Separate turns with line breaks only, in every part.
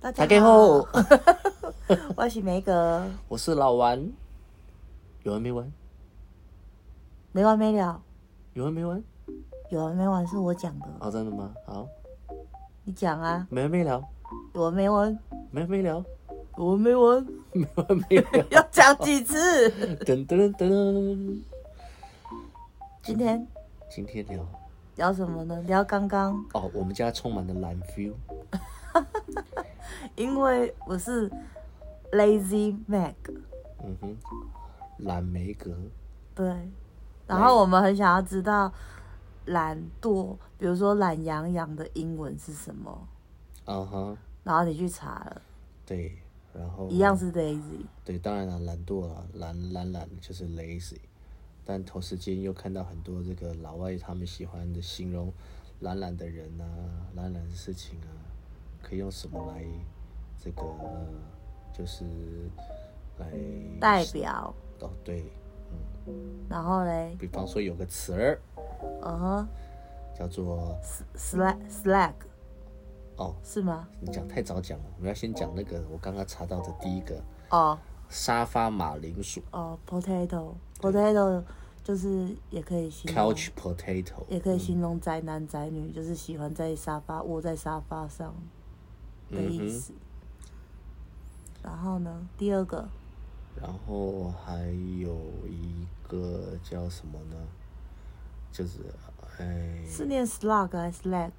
大
大家好，
我是梅格，
我是老王。有完没完？
没完没了，
有完没完？
有完没完是我讲的，
哦，真的吗？好，
你讲啊，
没完没了，
有完没完，
没完没了，
有完没完，。
没完没了
要讲几次？
噔噔噔噔。
今天
今天聊
聊什么呢？聊刚刚，
哦，我们家充满了蓝 feel。
因为我是 Lazy Mac，
嗯哼，蓝莓格。
对，然后我们很想要知道懒惰，比如说懒洋洋的英文是什么，
啊哈，
然后你去查了，
对，然后
一样是 Lazy，
对，当然了，懒惰了，懒懒懒就是 lazy，但同时间又看到很多这个老外他们喜欢的形容懒懒的人啊，懒懒的事情啊，可以用什么来这个、呃、就是来
代表，
哦对，
然后嘞，
比方说有个词儿
嗯哼。
叫做
slack slack
哦，
是吗？
你讲太早讲了，我们要先讲那个我刚刚查到的第一个
哦
沙发马铃薯
哦，potato potato 就是也可以形容，
couch potato，
也可以形容宅男宅女，就是喜欢在沙发窝在沙发上的意思。然后呢，第二个
然后还有一个叫什么呢？就是哎
是念 slug 还是 slag？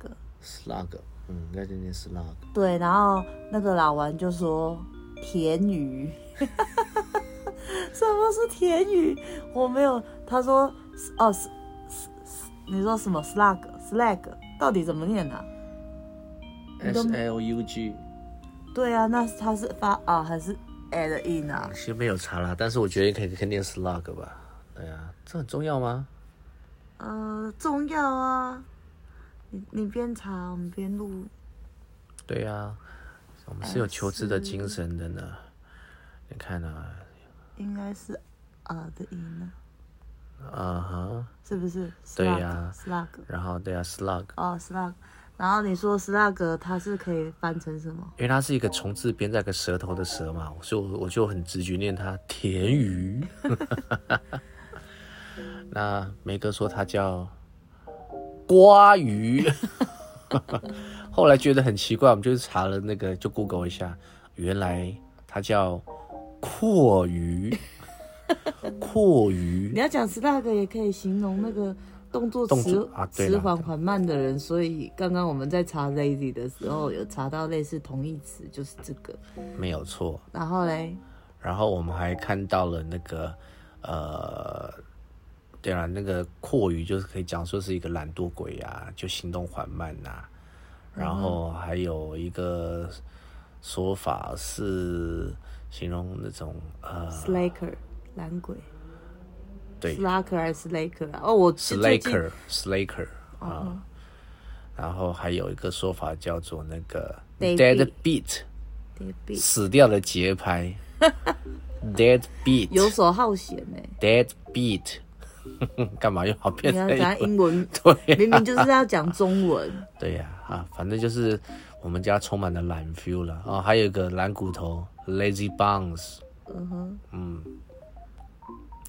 ，slug，嗯，应该就念 slug。
对，然后那个老王就说田鱼， 什么是田鱼？我没有，他说哦是是是，你说什么 slug slag 到底怎么念啊？
S L U G，
对啊，那它是发啊还是 add in 啊？
其实没有查啦，但是我觉得可以可以念 slug 吧。对啊，这很重要吗？
呃，重要啊！你你边查我们边录，
对啊，我们是有求知的精神的呢。你看啊，
应该是啊的音啊，
啊哈，
是不是？
对啊
slug
然后对啊，slug，
哦 slug，然后你说 slug 它是可以翻成什么？
因为它是一个虫字边在一个舌头的舌嘛，所以我我就很直觉念它田鱼。 那梅哥说它叫瓜鱼， 后来觉得很奇怪，我们就查了那个，就 Google 一下，原来它叫阔鱼，阔
你
鱼。
要讲 slug 也可以形容那个动作
动
迟
作啊对啦
迟缓缓慢的人，所以刚刚我们在查 lazy 的时候有查到类似同义词，就是这个。
没有错。
然后嘞，
然后我们还看到了那个，呃，对啊，那个阔鱼就是可以讲说是一个懒惰鬼啊，就行动缓慢呐、然后还有一个说法是形容那种呃
slacker 懒鬼。
对
Slacker 还是 Slaker 啊？哦，我最近哦嗯
slacker slacker 啊，然后还有一个说法叫做那个
Deadbeat
dead beat
对比
死掉的 节拍 dead
游
beat
手好闲 呢、
dead beat 干嘛又好变
你要
成
讲英文，
哎对
明明就是要讲中文。
对呀、啊，反正就是我们家充满了懒 feel 了哦，还有一个懒骨头 lazy bones，
嗯哼，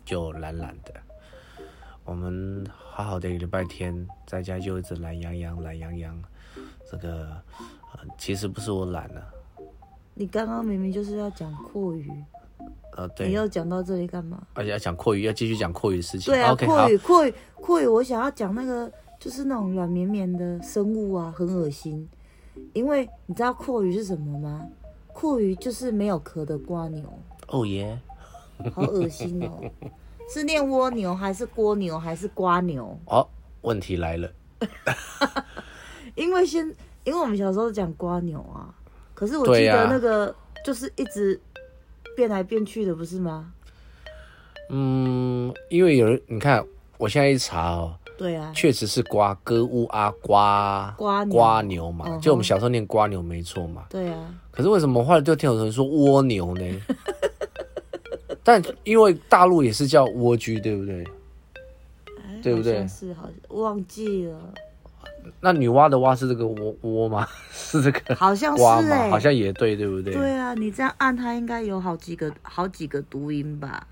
就懒懒的。我们好好的一个礼拜天在家就一直懒洋洋，懒洋洋。这个、呃、其实不是我懒啊了、
你刚刚明明就是要讲阔鱼，
呃，
你
对，
又讲到这里干嘛？
而且要讲阔鱼，要继续讲阔鱼的事情。
对啊，
OK，
阔
好
鱼，，阔鱼，阔鱼，我想要讲那个就是那种软绵绵的生物啊，很恶心。因为你知道阔鱼是什么吗？阔鱼就是没有壳的瓜牛，
哦耶，
好恶心 哦。是念蜗牛还是蜗牛还是瓜牛？
哦，问题来了，
因为先，因为我们小时候讲瓜牛啊，可是我记
对啊
得那个就是一直变来变去的，不是吗？
嗯，因为有人，你看我现在一查哦，
对啊，
确实是瓜歌乌啊瓜
瓜牛
瓜牛嘛，
嗯哼
就我们小时候念瓜牛没错嘛。
对啊，
可是为什么后来就听有人说蜗牛呢？ 但因为大陆也是叫蜗居，对不对？
哎
对不对
好像是好像忘记了，
那女娲的娲是这个窝窝吗？ 是这个
好像是
蛙吗？
哎
好像也对，对不对？
对啊，你这样按它应该有好几个好几个读音吧？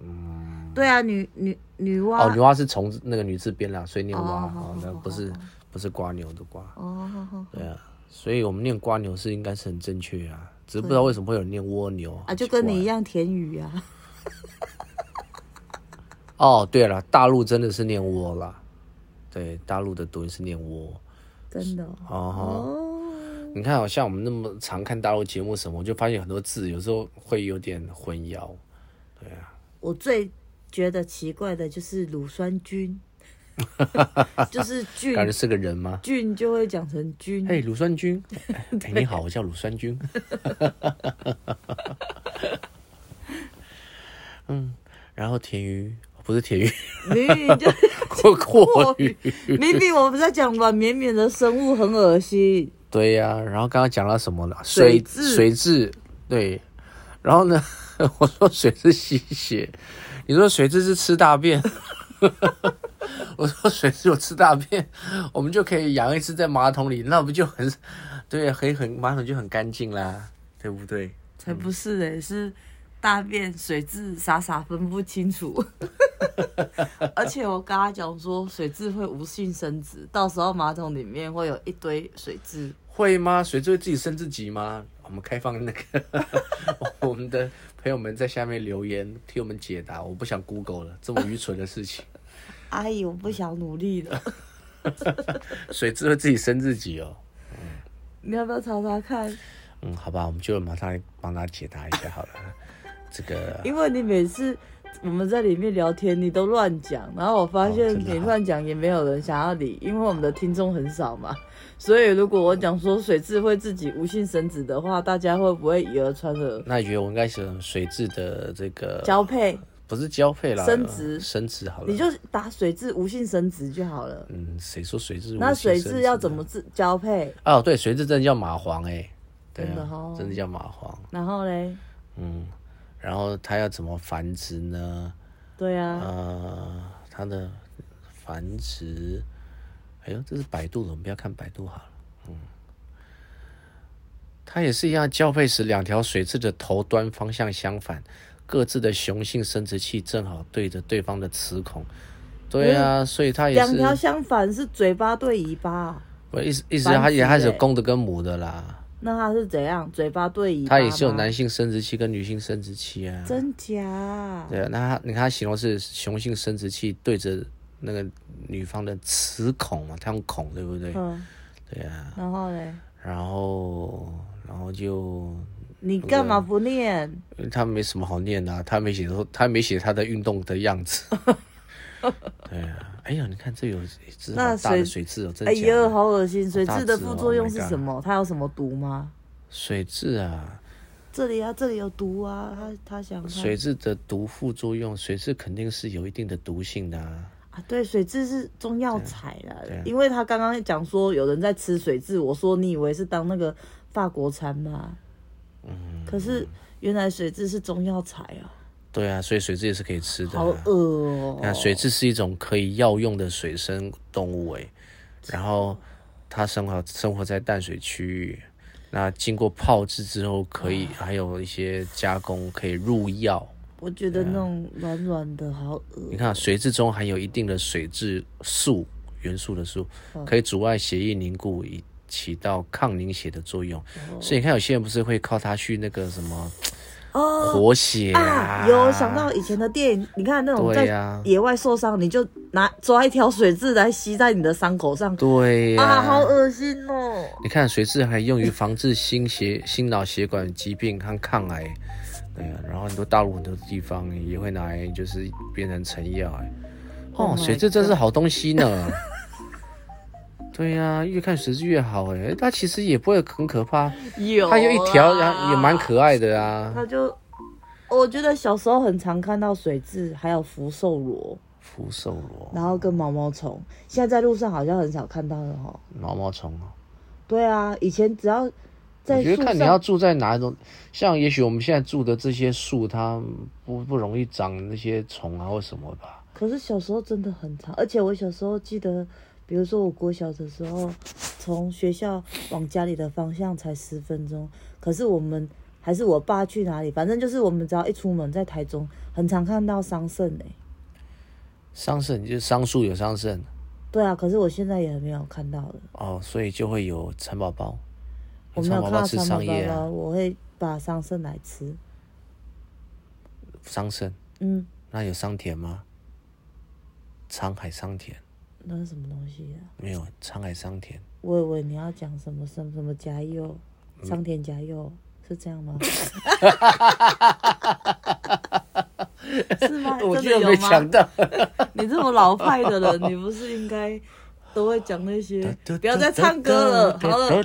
嗯，对啊，女女女娲
哦，女娲是从那个女字边啦，所以念蛙
哦好
哦，
好
那不是
好
不是瓜牛的瓜，
哦好好
对啊，所以我们念瓜牛是应该是很正确啊，只是不知道为什么会有人念蜗牛
啊，就跟你一
样。
样田语啊，
哦，对了，大陆真的是念蜗啦，对，大陆的读音是念蜗。
真的哦。
哦，
哦
你看，好像我们那么常看大陆节目什么，我就发现很多字有时候会有点混淆。
我最觉得奇怪的就是乳酸 菌，就是菌
感觉是个人吗？
菌就会讲成菌，
哎，乳酸 菌，哎，哎你好，我叫乳酸菌。 嗯，嗯然后田鱼哦不是 田鱼，
明明就
阔阔
过
鱼。
于明明我们在讲软绵绵的生物很恶心，
对呀、然后刚刚讲到什么了？
水
质，
质
水质，对。然后呢， 我说水质吸血，你说水质是吃大便， 我说水质有吃大便，我们就可以养一只在马桶里，那不就很，对呀，可以很马桶就很干净啦，对不对？
才不是嘞、是大便水质傻傻分不清楚。而且我跟他讲说，水质会无性生殖，到时候马桶里面会有一堆水质。
会吗？水质会自己生自己吗？我们开放那个 我们的朋友们在下面留言替我们解答，我不想 Google 了，这么愚蠢的事情。
阿姨，我不想努力了，
水质会自己生自己哦。
你要不要查查看？
嗯，好吧，我们就马上来帮他解答一下好了。 这个
因为你每次我们在里面聊天，你都乱讲，然后我发
哦
现
真的啊
你乱讲也没有人想要理，因为我们的听众很少嘛。所以如果我讲说水质会自己无性生殖的话，大家会不会以讹传讹？
那你觉得我应该是水质的这个
交配，
不是交配啦，
生殖
生殖好了。
你就打水质无性生殖就好了。
嗯，谁说水质？
那水质要怎么？自交配？
哦，对，水质真的叫蚂蟥哎、对
真的
啊
哦，
真的叫蚂蟥。
然后嘞，
嗯，然后它要怎么繁殖呢？
对啊，
呃，它的繁殖，哎呦，这是百度的，我们不要看百度好了。嗯，它也是一样，交配时两条水质的头端方向相反，各自的雄性生殖器正好对着对方的雌孔。对啊，所以它也
嗯两
是，
条相反是嘴巴对尾巴啊，
我意思意思，
繁
它也
殖
它是有
欸
公的跟母的啦，
那它是怎样？嘴巴对尾巴？
它也是有，男性生殖器跟女性生殖器啊。
真假？
对啊，那他你看他形容是雄性生殖器对着那个女方的雌孔嘛，他用孔对不对？
嗯，
对啊，
然后嘞，
然后然后就
你干嘛不念？
因为他没什么好念的、啊，他没写说他没写他的运动的样 子。对啊，哎呀，你看这有一只
那
好大的
水
水蛭哦，真
哎
假
呦，
的？
好恶心！水
大
蛭的
只哦
副作用
my
是
god
什么？它有什么毒吗？
水蛭啊，
这里啊，这里有毒啊！它它想看
水蛭的毒副作用，水蛭肯定是有一定的毒性的啊。
啊，对，水蛭是中药材啦
对啊，
因为他刚刚讲说有人在吃水蛭，我说你以为是当那个法国餐吗？嗯，可是原来水蛭是中药材啊，
对啊，所以水蛭也是可以吃的啊、
好恶哦、
那水蛭是一种可以药用的水生动物诶，然后它生活生活在淡水区域，那经过泡制之后，可以还有一些加工可以入药。
我觉得那种软软的好恶
啊你看啊水蛭中含有一定的水质素元素的素，
嗯
可以阻碍血液凝固，以起到抗凝血的作用。所以你看有些人不是会靠它去那个什么
哦
活血
啊！有想到以前的电影，你看那种
对
在
呀
野外受伤，你就拿抓一条水蛭来吸在你的伤口上，
对呀、
啊，好恶心哦！
你看，水蛭还用于防治心血、心脑血管疾病和抗癌，对啊，然后很多大陆很多地方也会拿来，就是变成成药哎。哦，
Oh my
水蛭真是好东西呢。对呀、越看水蛭越好哎，它其实也不会很可怕，
有
它有一条，
啊
然后也蛮可爱的啊。
他就，我觉得小时候很常看到水蛭，还有福寿螺，
福寿螺、
然后跟毛毛虫，现在在路上好像很少看到了哈。
毛毛虫哦，
对啊，以前只要
我
在
觉
树
得看你要
上，
住在哪一种，像也许我们现在住的这些树，它不不容易长那些虫啊或什么吧。
可是小时候真的很常，而且我小时候记得，比比如说，我国小的时候，从学校往家里的方向才十分钟，可是我们还是我爸去哪里，反正就是我们只要一出门，在台中很常看到桑葚欸诶、
桑葚就是桑树有桑葚
对啊，可是我现在也没有看到了，
哦，所以就会有蚕宝宝。
我没有
蚕宝
看
宝
到
吃
蚕宝
桑叶
宝，
啊，
我会把桑葚来吃。
桑葚，
嗯，
那有桑田吗？沧海桑田
那是什么东西啊？
没有，沧海桑田
我以为你要讲什么什么什么嘉佑，
嗯
桑田嘉佑是这 样吗？是吗？
我
真
居
的
然
有
没
吗
想到。
你这么老派的人，你不是应该都会讲那些？不要再唱歌了，好了。。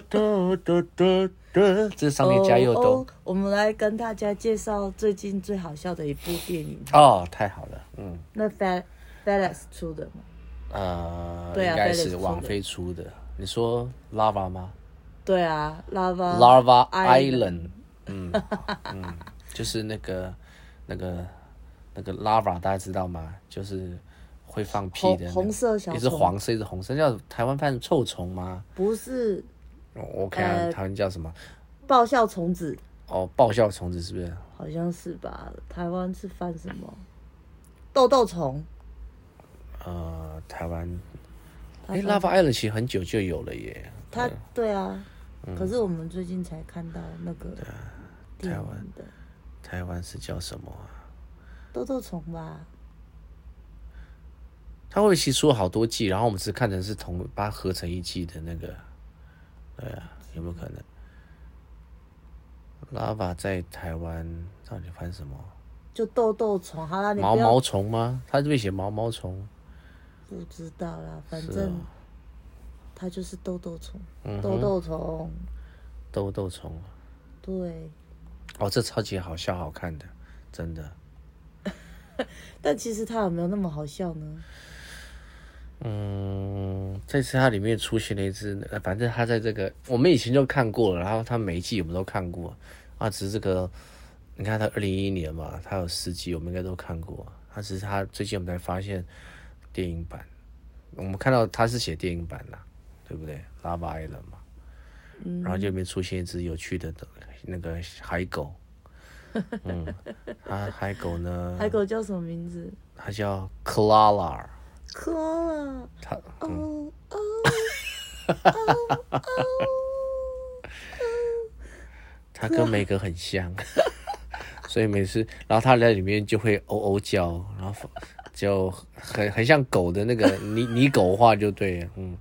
这是上面加右
哦
都
哦我们来跟大家介绍最近最好笑的一部电影，
哦，太好了，嗯，
那 Fel Felix 出的嘛，
呃，
对啊
应该
Felix 出
是
的
网飞出的。你说 Lava 吗
对啊，Lava
？Lava
Island
Island，嗯嗯，就是那个那个那个 Lava，大家知道吗？就是会放屁的那
红
个
红色小
一只
虫
黄色，一只红色，叫台湾翻译臭虫吗？
不是
我
呃
看台湾叫什么？
爆笑虫子，
哦，爆笑虫子是不是？
好像是吧？台湾是犯什么？豆豆虫，
呃，台湾，
它
哎，Lava Island 其实很久就有了耶。
它对啊，
嗯
可是我们最近才看到那个电
啊台
影的
台湾是叫什么啊？
豆豆虫吧？
它会其实出了好多季，然后我们只看成是同把它合成一季的那个，对啊，有没有可能？Lava 在台湾到底翻什么？
就豆豆虫，好啦，你
毛
不要
毛虫吗？它这边写毛毛虫，
不知道啦，反
是
正
哦
它就是豆豆虫，
嗯
豆
哼，
豆虫，
豆豆虫。
对。
哦，这超级好笑好看的，真的。
但其实它有没有那么好笑呢？
嗯，这次它里面出现了一只，呃反正它在这个我们以前就看过了，然后它每一季我们都看过啊，只是这个你看它二零一一年嘛，它有十集，我们应该都看过，它只是它最近我们才发现电影版，我们看到它是写电影版啦，对不对？拉巴艾伦嘛，然后就里面出现一只有趣的那个海狗，嗯，它海狗呢，
海狗叫什么名字？
它叫克拉拉，
克拉拉，
它
啊哦哦哦哦，
它跟梅格很像， 所以每次，然后它在里面就会嗷嗷叫，然后就很很像狗的那个 你你狗话就对了，嗯，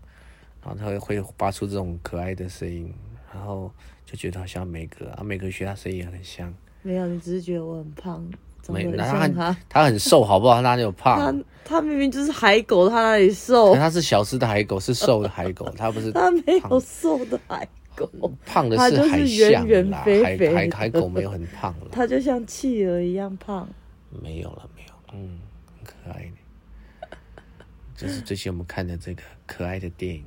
然后它会会发出这种可爱的声音，然后就觉得好像梅格啊，梅格学它声音也很像，
没有，你只是觉得我很胖，长得
梅，
很
然后它
像它
很。它很瘦好不好？它哪里有
它
胖？
它明明就是海狗，它哪里
可
瘦
是？它是小只的海狗，是瘦的海狗，它 不是
它没有
胖
瘦的海狗，
胖的
它就是
海
圆
象
圆
啦，
肥
海
肥
海
的
海狗没有很胖啦。
它就像企鹅一样胖。
没有了，没有，嗯，很可爱呢。 就是最近我们看的这个可爱的电影，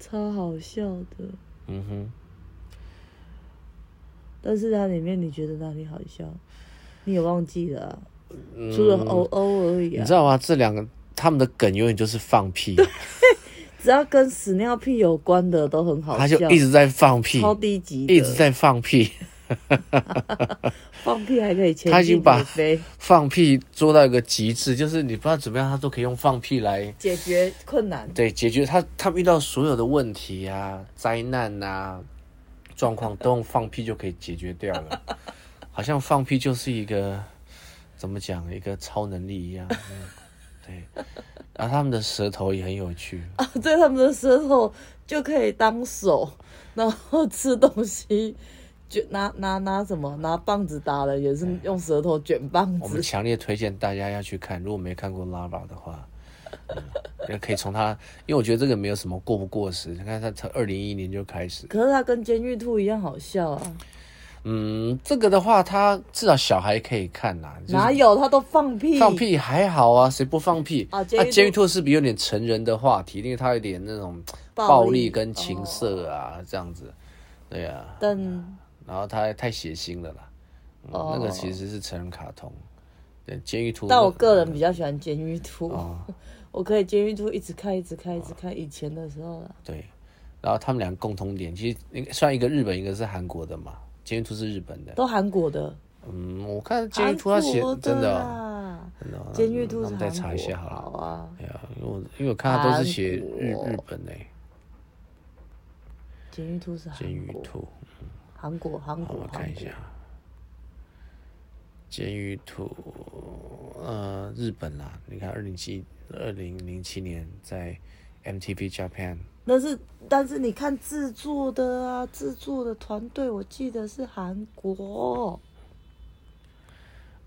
超好笑的。
嗯哼，
但是它里面你觉得哪里好笑？你也忘记了啊、除了偶偶而已
嗯你
啊
知。道吗？这两个他们的梗永远就是放屁，
只要跟屎尿屁有关的都很好
他
笑
就，一直在放屁，
超低级的，
一直在放屁，
放屁还可以前
他已
进
经把
北非，
放屁做到一个极致，就是你不知道怎么样，他都可以用放屁来
解决困难。
对解决他他们遇到所有的问题啊、灾难啊、状况，都用放屁就可以解决掉了。好像放屁就是一个怎么讲，一个超能力一样。嗯、对，然后他们的舌头也很有趣，
啊，对他们的舌头就可以当手，然后吃东西，卷拿拿拿什么拿棒子打人也是用舌头卷棒
嗯我们
子。
强烈推荐大家要去看。如果没看过《拉巴》的话，嗯也可以从他，因为我觉得这个没有什么过不过时。你看他从二零一一年就开始，
可是它跟监狱兔一样好笑啊！
嗯，这个的话，他至少小孩可以看啦。就是
哪有它都放屁，
放屁还好啊，谁不放屁？
啊监狱
那
兔
监狱兔是不是有点成人的话题？因为它有点那种
暴
暴
力哦
力跟情色啊，这样子。对啊，
但
然后它太血腥了啦。嗯
哦
那个其实是成人卡通，对，监狱兔。
但我个人比较喜欢监狱兔，
哦，
我可以监狱兔一直看，一直看，一直看。以前的时候了，
对，然后他们俩共同点，其实应该算一个日本，一个是韩国的嘛。监狱兔是日本的，
都韩国的。
嗯，我看监狱兔他写
韩国
真的哦、
啦，
真的哦、
监狱兔
那我
是韩
们再
国。
查一下好了
好。啊，
哎呀，因为我因为我看他都是写日
韩国
日本诶、
监狱兔是韩
监狱
国，
兔，
韩国，韩
好，
国，
我看一下
韩国。，
监狱兔，呃，日本啦，你看二零七二零零七年在 MTV Japan，
但是但是你看制作的啊，制作的团队我记得是韩国，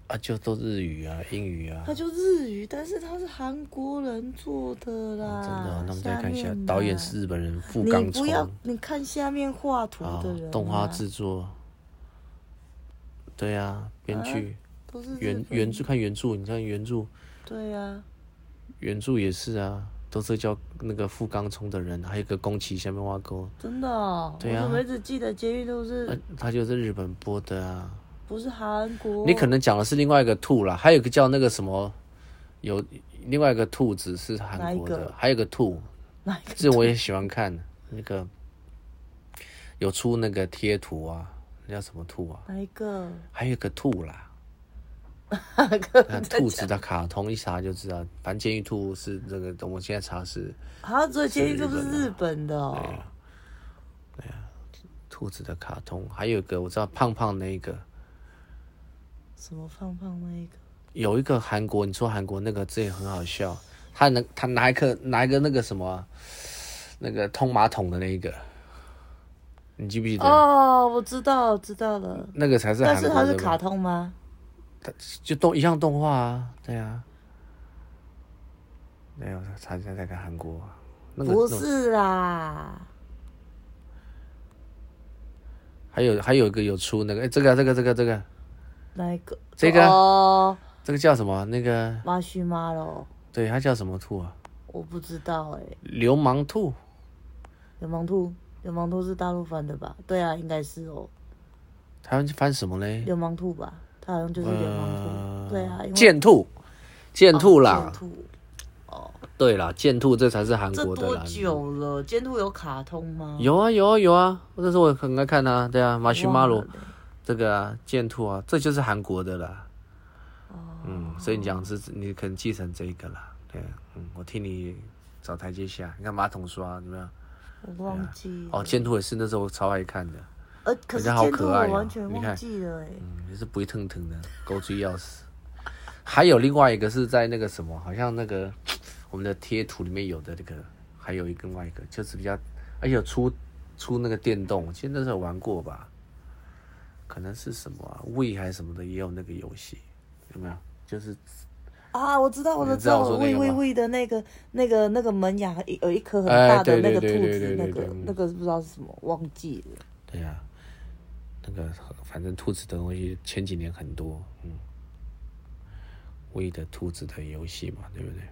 啊，就都日语啊、英语啊，
他就日语，但是他是韩国人做的啦。
真的哦、那我们再看一下
下，面啊
导演是日本人富
你
冈
不
聪，
要，你看下面画图
啊
的人、啊，
动画制作，对啊，编剧、
都啊是日
原
本
原著看原著，你看原著。
对啊，
原著也是啊，都是叫那个富冈聪的人，还有一个宫崎下面挖沟，
真的、哦。
对
我
啊
怎么一直记得监狱都是、
呃，他就是日本播的啊。
不是韩国？
你可能讲的是另外一个兔啦，还有一个叫那个什么，有另外一个兔子是韩国
哪一
的
个，
还有一个兔，
哪一个？
这我也喜欢看那个，有出那个贴图啊，那叫什么兔啊？
哪一个？
还有一个兔啦，
哪个
那
在
兔
讲
子的卡通一查就知道，反正监狱兔是这个，我们现在查是
啊，所以监狱都是日本的哦。
啊兔子的卡通，还有一个我知道胖胖那一个。
什么胖胖那一个？
有一个韩国，你说韩国那个这也很好笑，他拿他拿一个拿一个那个什么啊，那个通马桶的那一个，你记不记得？
哦，我知道，知道了。
那个才是
但
韩
是
国
它
的
是
吧，
卡通吗？
就动一样动画啊，对啊。没有，查一下再看韩国，啊那个
不
那种
是啦，
还有还有一个有出那个，哎，这个啊这个这个这个
哪一个？
这个
哦，
这个叫什么？啊那个
马须马喽，
对，它叫什么兔啊？
我不知道哎、
流氓兔，
流氓兔，流氓兔是大陆翻的吧？对啊，应该是哦，
台湾翻什么嘞？
流氓兔吧，它好像就是流氓兔。
呃
对啊，因为
剑兔，剑兔啦。
哦剑兔，
对啦，剑兔这才是韩
这
国的
多
啦。
久了？剑兔有卡通吗？
有啊有啊有啊，这是我很爱看啊，对啊，马须马
忘了
鲁
嘞
这个啊，剑兔啊，这就是韩国的啦。
哦
嗯，所以你讲是你可能继承这一个啦，对，嗯，我替你找台阶下。你看马桶刷怎么样？
我忘记了。
哦，剑兔也是那时候我超爱看的，
呃，可是
人家好
监督
可
我
爱哦
完全
你看
忘记了哎、
嗯，也是不会腾腾的，勾追要死。还有另外一个是在那个什么，好像那个我们的贴图里面有的那个，还有一个另外一个就是比较，哎而且有出出那个电动，我记得那时候有玩过吧，可能是什么啊，We 还是什么的也有那个游戏，有没有？就是
啊，我知道，我
你
都
知道我说那
喂
个
喂
吗
喂的那个、那个、那个门牙有一颗很
哎
大的
对
那个
对
兔
对
子
对，
那
对
个
对嗯
那个不知道是什么，忘记了。
对呀、那个反正兔子的东西前几年很多，嗯，We 的兔子的游戏嘛，对不对？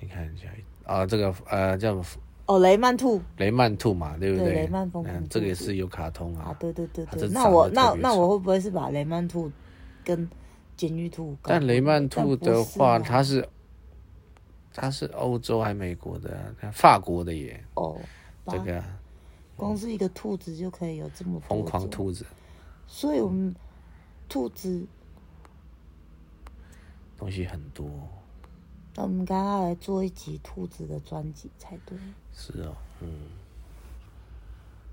你看一下啊，这个呃叫什么
哦，雷曼兔
雷曼兔嘛，对不
对
对？
雷曼疯狂
嗯，
兔
这个也是有卡通
啊
啊，，
对对对
它
对，
这
那
长得
我
特
那
别
那
丑
我会不会是把雷曼兔跟监狱兔搞混了？
但雷曼
但
兔
不
的
是啊
话，
啦
它是它是欧洲还美国的啊，它法国的耶，
哦，
这
吧
个
光是一个兔子就可以有这么多
疯狂
种，
兔子
所以我们兔子，
东西很多，
那我们刚刚来做一集兔子的专辑才对。
是哦，嗯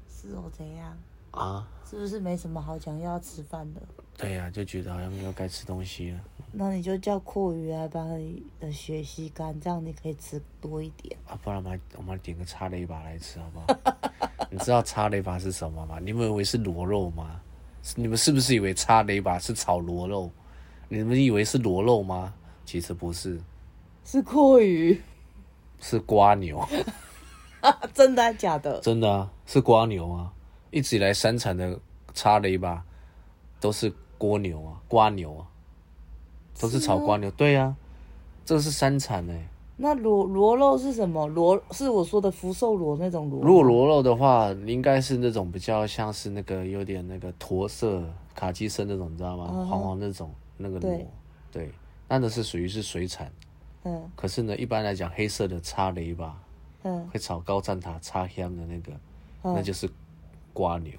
是哦，怎样？
啊，
是不是没什么好讲，又要吃饭了？
对呀、就觉得好像又该吃东西了。
那你就叫阔鱼来把你的血吸干，这样你可以吃多一点。
啊，不然我们还我们还点个叉雷把来吃好不好？你知道叉雷把是什么吗？你们以为是螺肉吗？是你们是不是以为叉雷把是炒螺肉？你们以为是螺肉吗？其实不是，
是阔鱼、
是瓜牛，
啊， 真的还假的？
真的啊，是瓜牛啊！一直以来生产的叉雷把都是蜗牛啊，瓜牛啊，都是炒瓜牛。对啊，这是山产哎、
那螺螺肉是什么？螺是我说的福寿螺那种螺吗。
如果螺肉的话，应该是那种比较像是那个有点那个驼色、卡其色那种，你知道吗？黄黄那种，那个
哦对
螺，对，那个是属于是水产。
嗯
可是呢，一般来讲，黑色的叉雷吧，
嗯，
会炒高站塔叉香的那个，
嗯
那就是瓜牛。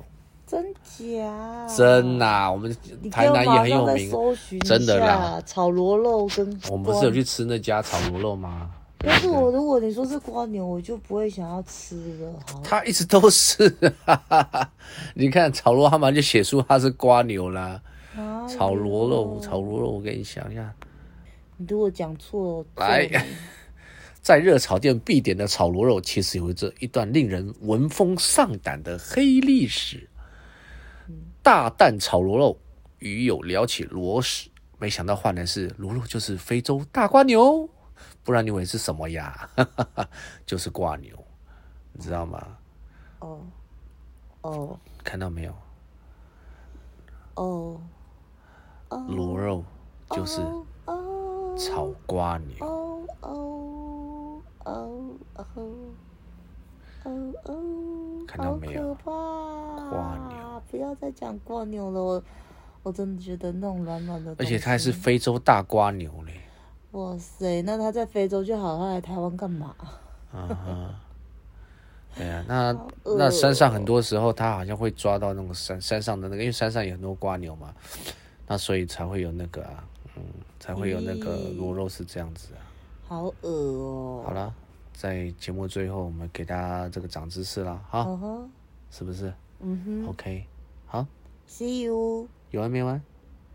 真假？
真呐、我们
啊你给
台
我
南也
马
很
上
有
再
名。
搜寻一
真的啦
下，炒螺肉跟
我们不是
瓜，
有去吃那家炒牛肉吗？
但是我如果你说是瓜牛，我就不会想要吃了。好，
他一直都是， 哈哈哈。你看炒螺他们就写出他是瓜牛啦，
啊
炒螺肉，炒螺肉，我跟你讲一下，
你如果讲错，
来
揍你
在热炒店必点的炒螺肉，其实有着一段令人闻风丧胆的黑历史。大蛋炒螺肉，与友聊起螺史，没想到换来是螺肉就是非洲大瓜牛，不然你以为是什么呀？ 就是瓜牛，你知道吗？
哦哦
看到没有？
哦
螺肉就是
哦
炒瓜牛。
哦哦哦哦哦哦哦，
看到没有
好可怕！
瓜牛，
不要再讲瓜牛了，我我真的觉得那种软软的东
而
西，
且它还是非洲大瓜牛嘞，
哇塞，那他在非洲就好，他来台湾干嘛？
对啊，那
恶
那山上很多时候它好像会抓到那种山山上的那个，因为山上有很多瓜牛嘛，那所以才会有那个啊，嗯，才会有那个
咦
螺肉是这样子啊。
好恶哦、
好啦，在节目最后我们给大家这个长知识啦，哈，
嗯哼，
是不是
嗯哼
？OK，好，
，See you，
有完没完？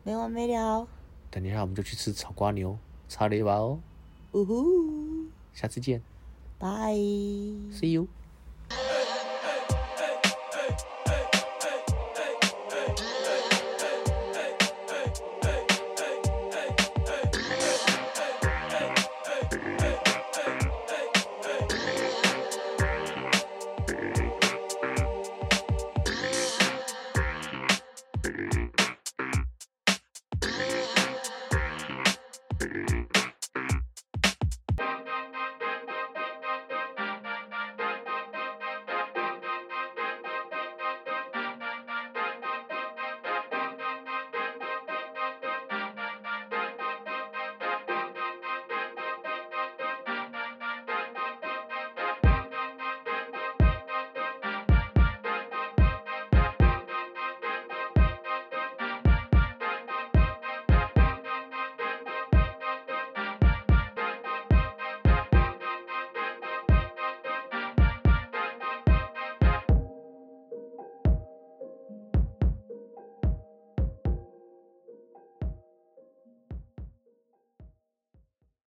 没完没了，
等一下我们就去吃炒瓜牛，差了一把哦，
呜呼，
下次见
拜。
，See you。